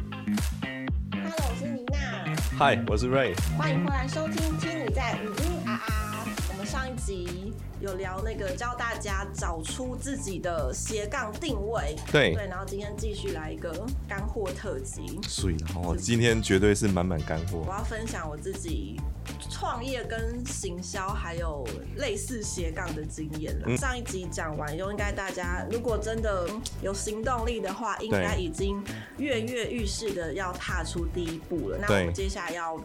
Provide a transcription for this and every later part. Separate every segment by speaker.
Speaker 1: Hello，我是妮娜，
Speaker 2: 嗨，我是 Ray。
Speaker 1: 欢迎回来收听《听你在呜呜啊啊》。我们上一集有聊那个教大家找出自己的斜杠定位，
Speaker 2: 对
Speaker 1: 对，然后今天继续来一个干货特辑。
Speaker 2: 所以哦，今天绝对是满满干
Speaker 1: 我
Speaker 2: 货。
Speaker 1: 要分享我自己创业跟行销还有类似斜杠的经验了。
Speaker 2: 嗯
Speaker 1: 上一集讲完，就应该大家如果真的嗯有行动力的话，应该已经跃跃欲试的要踏出第一步了。那我们
Speaker 2: 对
Speaker 1: 接下来要。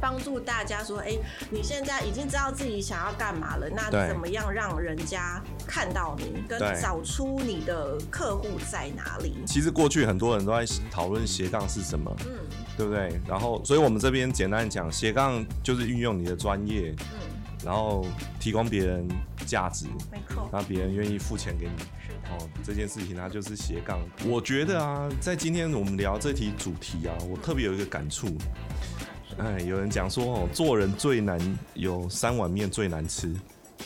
Speaker 1: 帮助大家说，哎、你现在已经知道自己想要干嘛了，那
Speaker 2: 对
Speaker 1: 怎么样让人家看到你，跟
Speaker 2: 对
Speaker 1: 找出你的客户在哪里？
Speaker 2: 其实过去很多人都在讨论斜杠是什么，
Speaker 1: 嗯
Speaker 2: 对不对？然后，所以我们这边简单讲，斜杠就是运用你的专业，
Speaker 1: 嗯，
Speaker 2: 然后提供别人价值，
Speaker 1: 没错，
Speaker 2: 让别人愿意付钱给你。
Speaker 1: 是的，
Speaker 2: 哦，这件事情它就是斜杠。我觉得啊，在今天我们聊这题主题啊，我特别有一个感触。哎，有人讲说哦，做人最难有三碗面最难吃。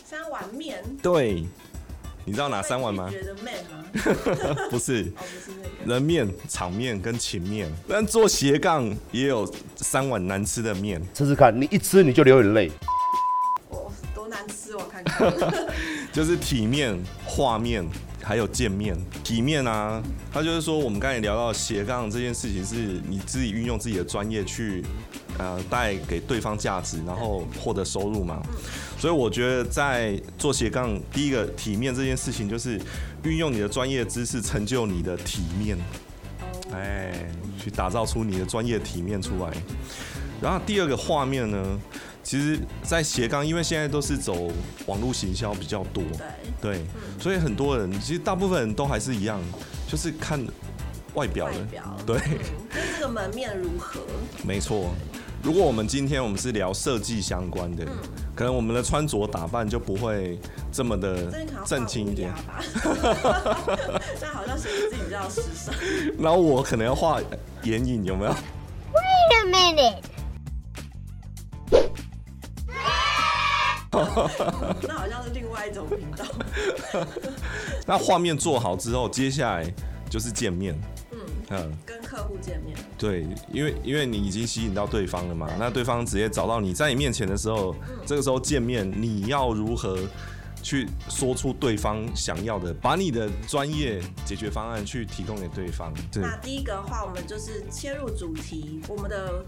Speaker 1: 三碗面。
Speaker 2: 对，你知道哪啊三碗吗
Speaker 1: 会？觉得 man 吗？
Speaker 2: 不是。
Speaker 1: 哦，不是那个。
Speaker 2: 人面、场面跟情面，但做斜杠也有三碗难吃的面。
Speaker 3: 试试看，你一吃你就流眼泪。
Speaker 1: 我多难吃，我看看。
Speaker 2: 就是体面、画面，还有见面。体面啊，他就是说我们刚才聊到斜杠这件事情，是你自己运用自己的专业去，呃，带给对方价值，然后获得收入嘛。所以我觉得在做斜杠，第一个体面这件事情，就是运用你的专业知识，成就你的体面。
Speaker 1: 哦，
Speaker 2: 哎，去打造出你的专业体面出来。然后第二个画面呢，其实，在斜杠，因为现在都是走网络行销比较多，
Speaker 1: 对，
Speaker 2: 对，所以很多人其实大部分人都还是一样，就是看外表
Speaker 1: 外
Speaker 2: 的，
Speaker 1: 表。
Speaker 2: 对，
Speaker 1: 嗯就是这个门面如何？
Speaker 2: 没错。如果我们今天我们是聊设计相关
Speaker 1: 嗯
Speaker 2: 的，可能我们的穿着打扮就不会这么的
Speaker 1: 这里可能要
Speaker 2: 正经一点，
Speaker 1: 放乌鸦吧。这样好像显得自己比较时 尚。
Speaker 2: 然后我可能要画眼影，有没有？
Speaker 4: Wait a minute.
Speaker 1: 那好像是另外一种频道。
Speaker 2: 那画面做好之后，接下来就是见面。嗯，
Speaker 1: 跟客户见面，
Speaker 2: 对，因为因为你已经吸引到对方了嘛，那对方直接找到你在你面前的时候，
Speaker 1: 嗯
Speaker 2: 这个时候见面，你要如何去说出对方想要的，把你的专业解决方案去提供给对方？对，
Speaker 1: 那第一个的话，我们就是切入主题，我们的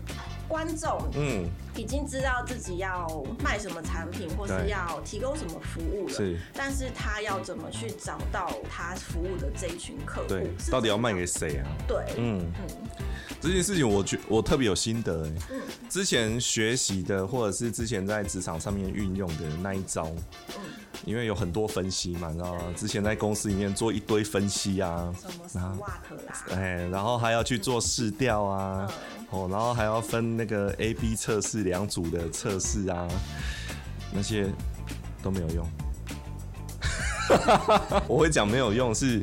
Speaker 1: 观众
Speaker 2: 嗯，
Speaker 1: 已经知道自己要卖什么产品，或是
Speaker 2: 对
Speaker 1: 要提供什么服务了。
Speaker 2: 是，
Speaker 1: 但是他要怎么去找到他服务的这一群客户？
Speaker 2: 对
Speaker 1: 是，
Speaker 2: 到底要卖
Speaker 1: 这
Speaker 2: 给
Speaker 1: 样？
Speaker 2: 谁啊？
Speaker 1: 对，
Speaker 2: 嗯，这件事情我觉我特别有心得、欸，之前学习的或者是之前在职场上面运用的那一招，因为有很多分析嘛，你知道吗？之前在公司里面做一堆分析啊，
Speaker 1: 什么
Speaker 2: 然后
Speaker 1: SWOT 啦，
Speaker 2: 哎，然后还要去做试调啊，哦，然后还要分那个 A、B 测试两组的测试啊，那些都没有用。 我会讲没有用是。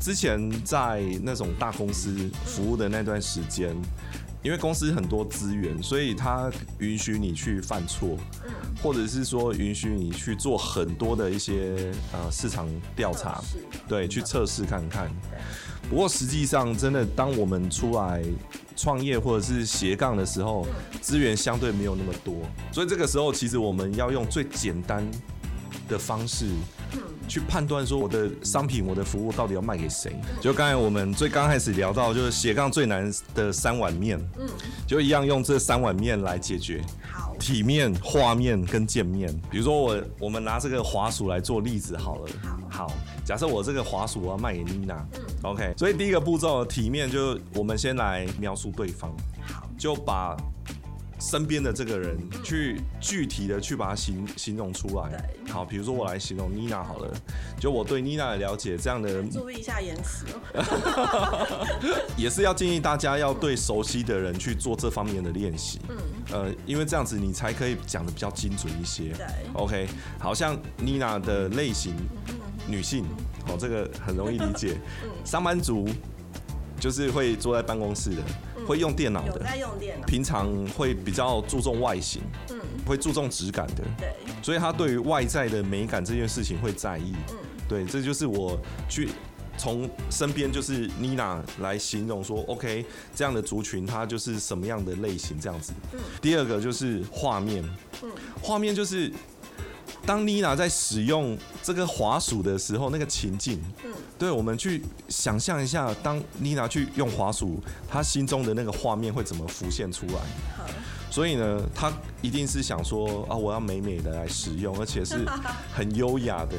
Speaker 2: 之前在那种大公司服务的那段时间，因为公司很多资源，所以它允许你去犯错，或者是说允许你去做很多的一些呃市场调查
Speaker 1: 测试，
Speaker 2: 对，去测试看看。不过实际上，真的当我们出来创业或者是斜杠的时候，资源相对没有那么多，所以这个时候其实我们要用最简单的方式去判断说我的商品、我的服务到底要卖给谁。就刚才我们最刚开始聊到，就是斜杠最难的三碗面，嗯，就一样用这三碗面来解决。
Speaker 1: 好，
Speaker 2: 体面、画面跟见面。比如说我，我们拿这个滑鼠来做例子好了。好，假设我这个滑鼠我要卖给妮娜、o k 所以第一个步骤体面就我们先来描述对方，
Speaker 1: 好，
Speaker 2: 就把身边的这个人去具体的去把它形形容出来。
Speaker 1: 对
Speaker 2: 好，比如说我来形容妮娜好了，就我对妮娜的了解，这样的人
Speaker 1: 注意一下言辞哦。
Speaker 2: 也是要建议大家要对熟悉的人去做这方面的练习。嗯，呃，因为这样子你才可以讲的比较精准一些。
Speaker 1: 对
Speaker 2: OK，好像妮娜的类型，女性，哦，这个很容易理 解。
Speaker 1: 嗯
Speaker 2: 上班族就是会坐在办公室的，会用电脑
Speaker 1: 嗯有
Speaker 2: 的，
Speaker 1: 在用电脑，
Speaker 2: 平常会比较注重外形，
Speaker 1: 嗯，
Speaker 2: 会注重质感的。
Speaker 1: 对，
Speaker 2: 所以他对于外在的美感这件事情会在意。对，这就是我去从身边就是妮娜来形容说，OK，这样的族群它就是什么样的类型这样子。第二个就是画面，画面就是当妮娜在使用这个滑鼠的时候，那个情境，对我们去想象一下，当妮娜去用滑鼠，她心中的那个画面会怎么浮现出来？所以呢，她一定是想说啊，我要美美的来使用，而且是很优雅的。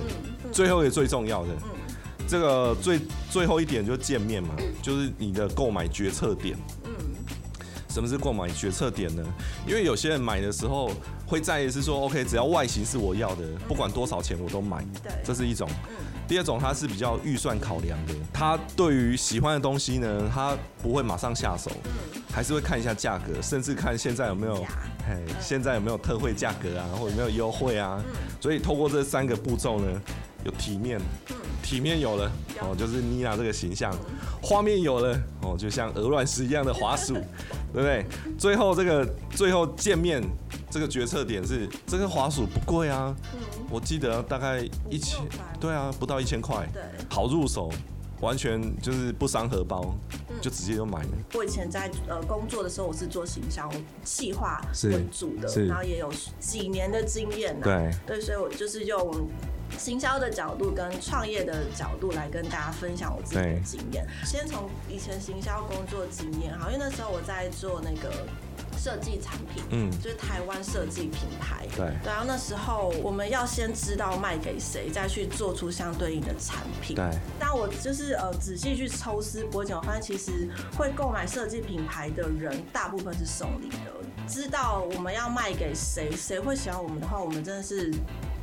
Speaker 2: 最后也最重要的，这个最最后一点就是见面嘛，就是你的购买决策点。什么是购买决策点呢？因为有些人买的时候会在意是说，OK，只要外形是我要的，不管多少钱我都买。
Speaker 1: 对
Speaker 2: 这是一种。第二种，他是比较预算考量的，他对于喜欢的东西呢，他不会马上下手，
Speaker 1: 嗯
Speaker 2: 还是会看一下价格，甚至看现在有没有
Speaker 1: 价，嗯
Speaker 2: 哎，现在有没有特惠价格啊，或者有没有优惠啊。所以透过这三个步骤呢，有体面，
Speaker 1: 嗯
Speaker 2: 体面有了哦，就是妮娜这个形象，画面有了哦，就像鹅卵石一样的滑 鼠，对不对？最后这个最后见面这个决策点是这个滑鼠不贵啊，我记得大概一千
Speaker 1: 嗯五六百，
Speaker 2: 对啊，不到一千块，
Speaker 1: 对
Speaker 2: 好入手，完全就是不伤荷包，
Speaker 1: 嗯
Speaker 2: 就直接就买了。
Speaker 1: 我以前在呃工作的时候，我是做行销企划
Speaker 2: 是
Speaker 1: 为主的
Speaker 2: 是，
Speaker 1: 然后也有几年的经验、啊。
Speaker 2: 对
Speaker 1: 对，所以我就是用行销的角度跟创业的角度来跟大家分享我自己的
Speaker 2: 对
Speaker 1: 经验。先从以前行销工作经验好，因为那时候我在做那个设计产品，
Speaker 2: 嗯
Speaker 1: 就是台湾设计品牌。
Speaker 2: 对
Speaker 1: 然后那时候我们要先知道卖给谁，再去做出相对应的产品。
Speaker 2: 对
Speaker 1: 但我就是呃仔细去抽丝剥茧，我发现其实会购买设计品牌的人，大部分是送礼的。知道我们要卖给谁，谁会喜欢我们的话，我们真的是。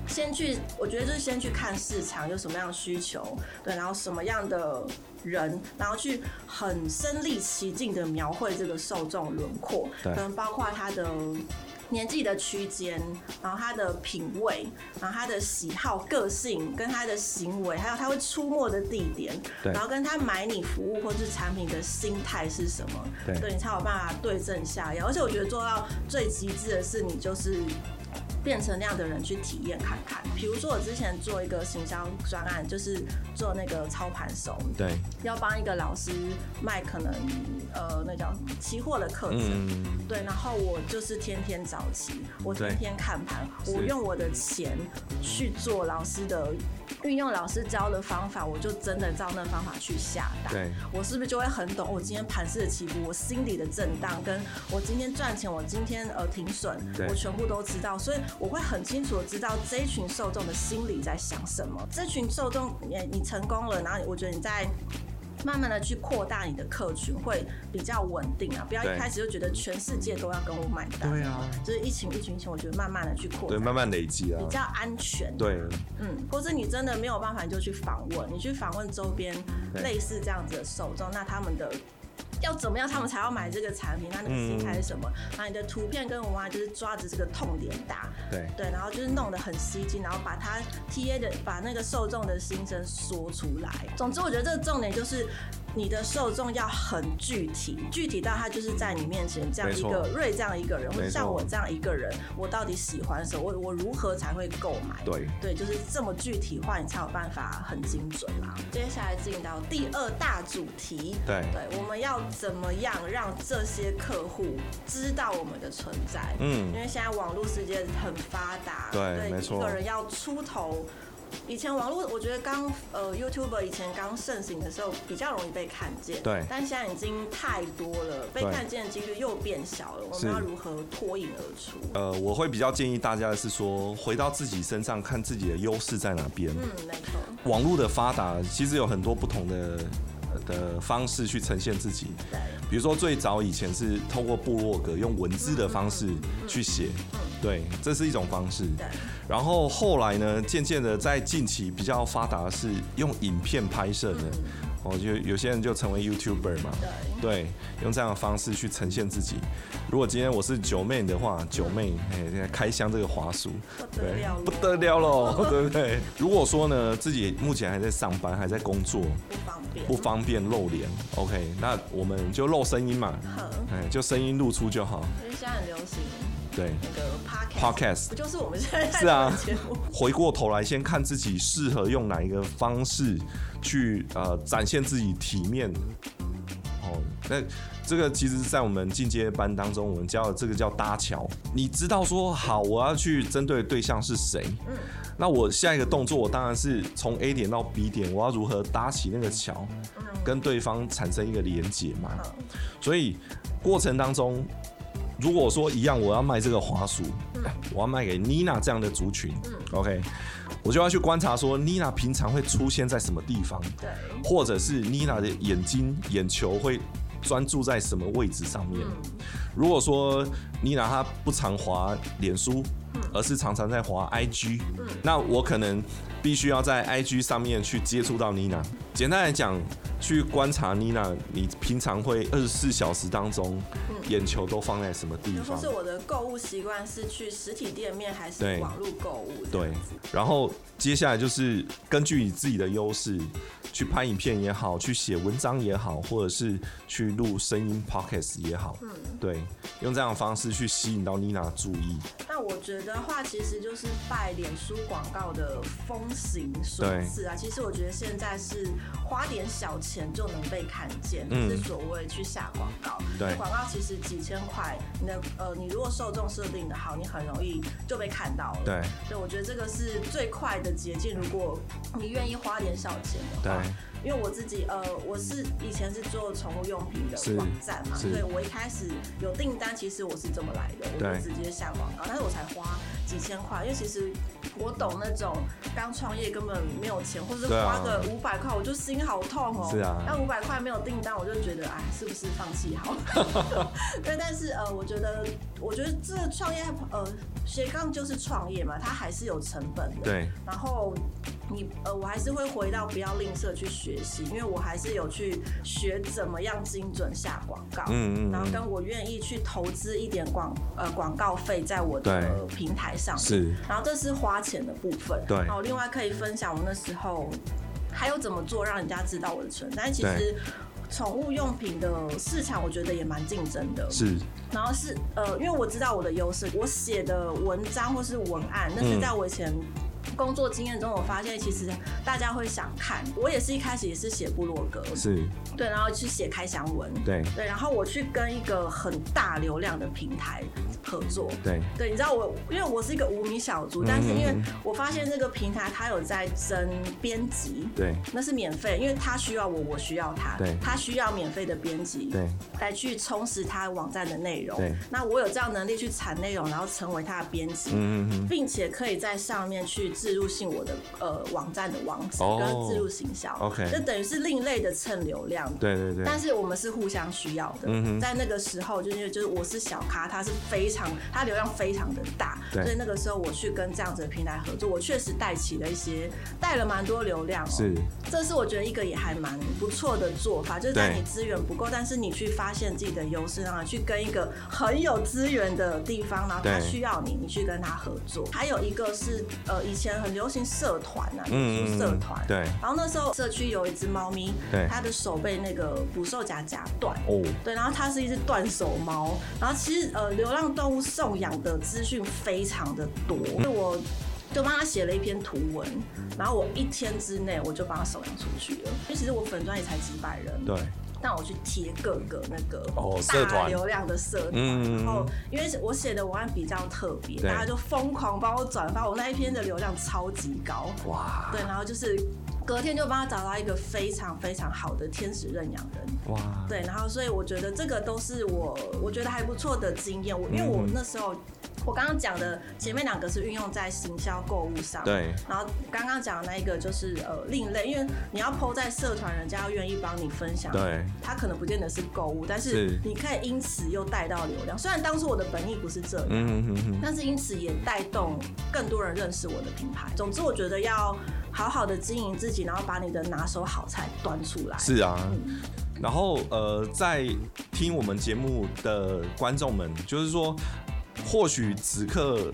Speaker 1: 先去，我觉得就是先去看市场有什么样的需求，对，然后什么样的人，然后去很身临其境的描绘这个受众轮廓，
Speaker 2: 对
Speaker 1: 可能包括他的年纪的区间，然后他的品味，然后他的喜好、个性跟他的行为，还有他会出没的地点，
Speaker 2: 对
Speaker 1: 然后跟他买你服务或是产品的心态是什么，
Speaker 2: 对
Speaker 1: 你才有办法对症下药。而且我觉得做到最极致的是，你就是变成那样的人去体验看看。比如说我之前做一个行销专案，就是做那个操盘手，
Speaker 2: 对，
Speaker 1: 要帮一个老师卖可能呃那叫期货的课程。
Speaker 2: 嗯，
Speaker 1: 对，然后我就是天天早起，我
Speaker 2: 对
Speaker 1: 天天看盘，
Speaker 2: 是
Speaker 1: 我用我的钱去做老师的，运用老师教的方法，我就真的照那方法去下单。
Speaker 2: 对
Speaker 1: 我是不是就会很懂？我、今天盘势的起伏，我心里的震荡，跟我今天赚钱，我今天呃停损
Speaker 2: 对，
Speaker 1: 我全部都知道，所以我会很清楚的知道这一群受众的心里在想什么。这群受众，你你成功了，然后我觉得你在。慢慢的去扩大你的客群，会比较稳定啊！不要一
Speaker 2: 对
Speaker 1: 开始就觉得全世界都要跟我买单，
Speaker 2: 对啊，
Speaker 1: 就是一群一群一群，我觉得慢慢的去扩
Speaker 2: 对，
Speaker 1: 展，
Speaker 2: 慢慢累积啊
Speaker 1: 比，较安全。
Speaker 2: 对，
Speaker 1: 嗯，或是你真的没有办法，你就去访问，你去访问周边
Speaker 2: 对
Speaker 1: 类似这样子的受众，那他们的。要怎么样，他们才要买这个产品？那你的心态是什么？
Speaker 2: 嗯
Speaker 1: 那、你的图片跟文案就是抓着这个痛点打，
Speaker 2: 对
Speaker 1: 对，然后就是弄得很吸睛，然后把它 TA 的把那个受众的心声说出来。总之，我觉得这个重点就是你的受众要很具体，具体到他就是在你面前这样一
Speaker 2: 没错
Speaker 1: 个瑞这样一个人，或
Speaker 2: 没
Speaker 1: 者
Speaker 2: 错
Speaker 1: 像我这样一个人，我到底喜欢什么？我我如何才会购买？
Speaker 2: 对
Speaker 1: 对，就是这么具体化，你才有办法很精准啦。接下来进到第二大主题，
Speaker 2: 对
Speaker 1: 对，我们要怎么样让这些客户知道我们的存在？
Speaker 2: 嗯
Speaker 1: 因为现在网络世界很发达，
Speaker 2: 对没错
Speaker 1: 一个人要出头。以前网络，我觉得刚呃，YouTuber 以前刚盛行的时候比较容易被看见，
Speaker 2: 对
Speaker 1: 但现在已经太多了，被
Speaker 2: 对
Speaker 1: 看见的几率又变小了。我
Speaker 2: 是
Speaker 1: 们要如何脱颖而出？
Speaker 2: 呃，我会比较建议大家的是说，回到自己身上看自己的优势在哪边。
Speaker 1: 嗯，没错，
Speaker 2: 网络的发达，其实有很多不同的呃的方式去呈现自己。
Speaker 1: 对，
Speaker 2: 比如说最早以前是透过部落格用文字的方式去写，对，这是一种方式。
Speaker 1: 对
Speaker 2: 然后后来呢，渐渐的在近期比较发达的是用影片拍摄的，哦，就有些人就成为 YouTuber 嘛，对，用这样的方式去呈现自己。如果今天我是九妹的话，九妹，哎，现在开箱这个滑鼠，
Speaker 1: 不得了咯
Speaker 2: 不得了喽，对不对？如果说呢，自己目前还在上班，还在工作，
Speaker 1: 不方便，
Speaker 2: 不方便露脸，OK，那我们就露声音嘛，
Speaker 1: 好
Speaker 2: 哎，就声音露出就好。
Speaker 1: 因为现在很流行，
Speaker 2: 对，
Speaker 1: 那个 podcast，
Speaker 2: Podcast
Speaker 1: 不就是我们现在在
Speaker 2: 是啊
Speaker 1: 做的节 目？
Speaker 2: 回过头来先看自己适合用哪一个方式去呃展现自己体面。哦，那这个其实，在我们进阶班当中，我们教的这个叫搭桥。你知道说好，我要去针对对象是谁？那我下一个动作，我当然是从 A 点到 B 点，我要如何搭起那个桥，跟对方产生一个连接嘛？所以过程当中，如果说一样，我要卖这个滑鼠，我要卖给妮娜这样的族群、o k 我就要去观察说妮娜平常会出现在什么地方，
Speaker 1: 对，
Speaker 2: 或者是妮娜的眼睛、眼球会专注在什么位置上面。如果说妮娜她不常滑脸书，而是常常在滑 IG，、那我可能必须要在 IG 上面去接触到妮娜。简单来讲，去观察妮娜，你平常会二十四小时当中，眼球都放在什么地
Speaker 1: 又或
Speaker 2: 方
Speaker 1: 是？我的购物习惯是去实体店面还是
Speaker 2: 对
Speaker 1: 网络购物？
Speaker 2: 对，然后接下来就是根据你自己的优势，去拍影片也好，去写文章也好，或者是去录声音 podcast 也好，
Speaker 1: 嗯
Speaker 2: 对，用这样的方式去吸引到妮娜的注意。
Speaker 1: 那我觉得话，其实就是拜脸书广告的风行所赐啊。其实我觉得现在是花点小钱就能被看见，就
Speaker 2: 嗯
Speaker 1: 是所谓去下广告。
Speaker 2: 对
Speaker 1: 广告其实几千块，你的呃，你如果受众设定的好，你很容易就被看到了。
Speaker 2: 对，
Speaker 1: 所以我觉得这个是最快的捷径。如果你愿意花点小钱的话，
Speaker 2: 对
Speaker 1: 因为我自己呃，我是以前是做宠物用品
Speaker 2: 是
Speaker 1: 的网站嘛，
Speaker 2: 是
Speaker 1: 对我一开始有订单，其实我是这么来的，我
Speaker 2: 对
Speaker 1: 就直接下广告，但是我才花几千块，因为其实我懂那种刚创业根本没有钱，或者是
Speaker 2: 对啊
Speaker 1: 花个五百块，我就心好痛哦、
Speaker 2: 是啊
Speaker 1: 那五百块没有订单，我就觉得哎，是不是放弃 好？对，但是呃，我觉得，我觉得这个创业呃，斜杠就是创业嘛，它还是有成本的。。
Speaker 2: 对
Speaker 1: 然后你呃，我还是会回到不要吝啬去学习，因为我还是有去学怎么样精准下广告，
Speaker 2: 嗯嗯嗯
Speaker 1: 然后跟我愿意去投资一点广呃广告费在我的平台上面，
Speaker 2: 是
Speaker 1: 然后这是花钱的部分，
Speaker 2: 对
Speaker 1: 然后另外可以分享我那时候还有怎么做让人家知道我的存在，但其
Speaker 2: 对
Speaker 1: 实。宠物用品的市场，我觉得也蛮竞争的。
Speaker 2: 是，
Speaker 1: 然后是呃，因为我知道我的优势，我写的文章或是文案，那
Speaker 2: 嗯
Speaker 1: 是在我以前。工作经验中，我发现其实大家会想看，我也是一开始也是写部落格，
Speaker 2: 是
Speaker 1: 对，然后去写开箱文，
Speaker 2: 对
Speaker 1: 对，然后我去跟一个很大流量的平台合作，
Speaker 2: 对嗯
Speaker 1: 对，你知道我，因为我是一个无名小卒，但是因为我发现这个平台它有在征编辑，
Speaker 2: 对
Speaker 1: 那是免费，因为他需要我，我需要他，
Speaker 2: 对
Speaker 1: 他需要免费的编辑，
Speaker 2: 对，
Speaker 1: 来去充实他网站的内容
Speaker 2: 对。
Speaker 1: 那我有这样能力去产内容，然后成为他的编辑，
Speaker 2: 嗯嗯嗯
Speaker 1: 并且可以在上面去置入性我的呃网站的网址
Speaker 2: 哦
Speaker 1: 跟置入行销。
Speaker 2: OK
Speaker 1: 这等于是另类的蹭流量。
Speaker 2: 对对对，
Speaker 1: 但是我们是互相需要的，
Speaker 2: 嗯哼
Speaker 1: 在那个时候，就是就是我是小咖，他是非常他流量非常的大，
Speaker 2: 对
Speaker 1: 所以那个时候我去跟这样子的平台合作，我确实带起了一些带了蛮多流量、哦，
Speaker 2: 是
Speaker 1: 这是我觉得一个也还蛮不错的做法，就是在
Speaker 2: 对
Speaker 1: 你资源不够，但是你去发现自己的优势，然后去跟一个很有资源的地方，然后他
Speaker 2: 对
Speaker 1: 需要你，你去跟他合作。还有一个是呃，以前很流行社团啊，
Speaker 2: 嗯
Speaker 1: 脸书社团，
Speaker 2: 对
Speaker 1: 然后那时候社区有一只猫咪
Speaker 2: 对，
Speaker 1: 它的手被那个捕兽夹夹断。
Speaker 2: 哦，
Speaker 1: 对，然后它是一只断手猫，然后其实呃，流浪动物送养的资讯非常的多，所以我就帮他写了一篇图文，然后我一天之内我就帮他送养出去了，因为其实我粉专也才几百人，
Speaker 2: 对
Speaker 1: 但我去贴各个那个
Speaker 2: 哦社
Speaker 1: 大
Speaker 2: 团
Speaker 1: 流量的社团，
Speaker 2: 嗯
Speaker 1: 然后因为我写的文案比较特别，
Speaker 2: 对
Speaker 1: 大家就疯狂帮我转发，我那一篇的流量超级高，
Speaker 2: 哇
Speaker 1: 对，然后就是隔天就帮他找到一个非常非常好的天使认养人，
Speaker 2: 哇，
Speaker 1: 对，然后所以我觉得这个都是我我觉得还不错的经验。我因为
Speaker 2: 嗯
Speaker 1: 我那时候。我刚刚讲的前面两个是运用在行销购物上，
Speaker 2: 对
Speaker 1: 然后刚刚讲的那一个就是呃另类，因为你要 PO 在社团，人家要愿意帮你分享，
Speaker 2: 对，
Speaker 1: 他可能不见得是购物，但是
Speaker 2: 是
Speaker 1: 你可以因此又带到流量。虽然当初我的本意不是这样，
Speaker 2: 嗯嗯嗯
Speaker 1: 但是因此也带动更多人认识我的品牌。总之，我觉得要好好的经营自己，然后把你的拿手好菜端出来。
Speaker 2: 是啊，然后呃，在听我们节目的观众们，就是说，或许此刻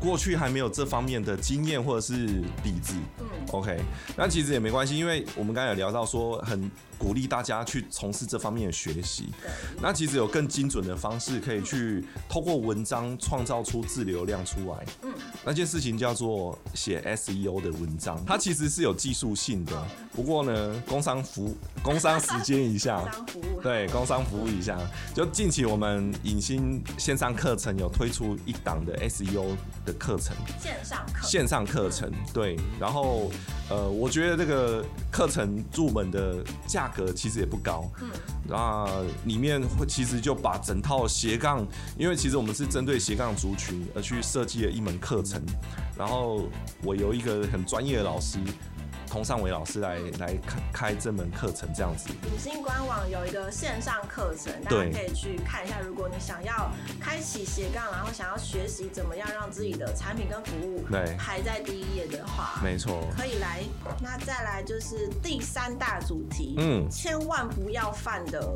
Speaker 2: 过去还没有这方面的经验或者是底子，
Speaker 1: 嗯，
Speaker 2: OK，那其实也没关系，因为我们刚才有聊到说很。鼓励大家去从事这方面的学习。
Speaker 1: 对，
Speaker 2: 那其实有更精准的方式可以去透过文章创造出自流量出来。
Speaker 1: 嗯，，
Speaker 2: 那件事情叫做写 SEO 的文章，它其实是有技术性的。不过呢，工商服工商时间一下
Speaker 1: 当服务
Speaker 2: 对，工商服务一下。就近期我们影星线上课程有推出一档的 SEO 的课程，
Speaker 1: 线上课，
Speaker 2: 线上课程，对，然后呃，我觉得这个课程入门的价格其实也不高，嗯，那里面会其实就把整套斜杠，因为其实我们是针对斜杠族群而去设计了一门课程，然后我由一个很专业的老师。童尚伟老师来来开开这门课程，这样子，
Speaker 1: 五星官网有一个线上课程，大
Speaker 2: 对
Speaker 1: 家可以去看一下。如果你想要开启斜杠，然后想要学习怎么样让自己的产品跟服务
Speaker 2: 对
Speaker 1: 排在第一页的话，
Speaker 2: 没错，
Speaker 1: 可以来。那再来就是第三大主题，
Speaker 2: 嗯
Speaker 1: 千万不要犯的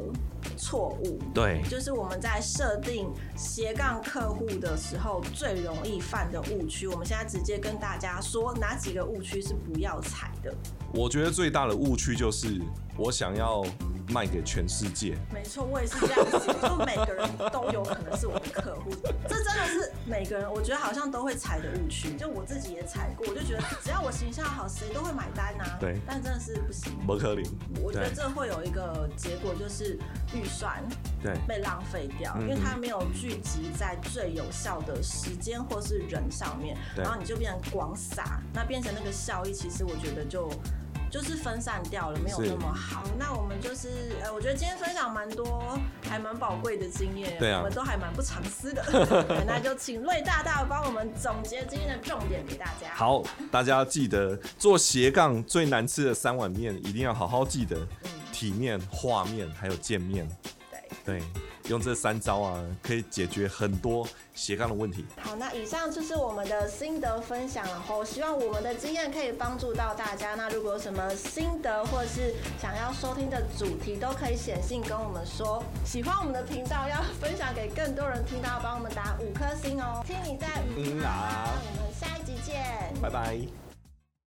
Speaker 1: 错误。
Speaker 2: 对
Speaker 1: 就是我们在设定斜杠客户的时候最容易犯的误区，我们现在直接跟大家说哪几个误区是不要踩的。
Speaker 2: 我觉得最大的误区就是我想要卖给全世界，
Speaker 1: 没错，我也是这样子，就每个人都有可能是我的客户，这真的是每个人，我觉得好像都会踩的误区，就我自己也踩过，我就觉得只要我形象好，谁都会买单啊。
Speaker 2: 对
Speaker 1: 但真的是不行。
Speaker 2: 摩克林，
Speaker 1: 我觉得
Speaker 2: 对
Speaker 1: 这会有一个结果，就是预算
Speaker 2: 对嗯
Speaker 1: 被浪费掉，因为它没有聚集在最有效的时间或是人上面，
Speaker 2: 对
Speaker 1: 然后你就变成广撒，那变成那个效益，其实我觉得就。就是分散掉了，没有
Speaker 2: 是
Speaker 1: 那么好。那我们就是，呃，我觉得今天分享蛮多，还蛮宝贵的经验，
Speaker 2: 对啊
Speaker 1: 我们都还蛮不藏私的。 对那就请瑞大大帮我们总结今天的重点给大家。
Speaker 2: 好，大家要记得做斜杠最难吃的三碗面，一定要好好记得体面、画面还有见面。
Speaker 1: 对。
Speaker 2: 对，用这三招啊，可以解决很多斜杠的问题。
Speaker 1: 好，那以上就是我们的心得分享，然后希望我们的经验可以帮助到大家。那如果有什么心得或是想要收听的主题，都可以写信跟我们说。喜欢我们的频道，要分享给更多人听到，帮我们打五颗星哦。听你在
Speaker 2: 嗯
Speaker 1: 嗯
Speaker 2: 啊
Speaker 1: 啊，我们下一集见，
Speaker 2: 拜拜。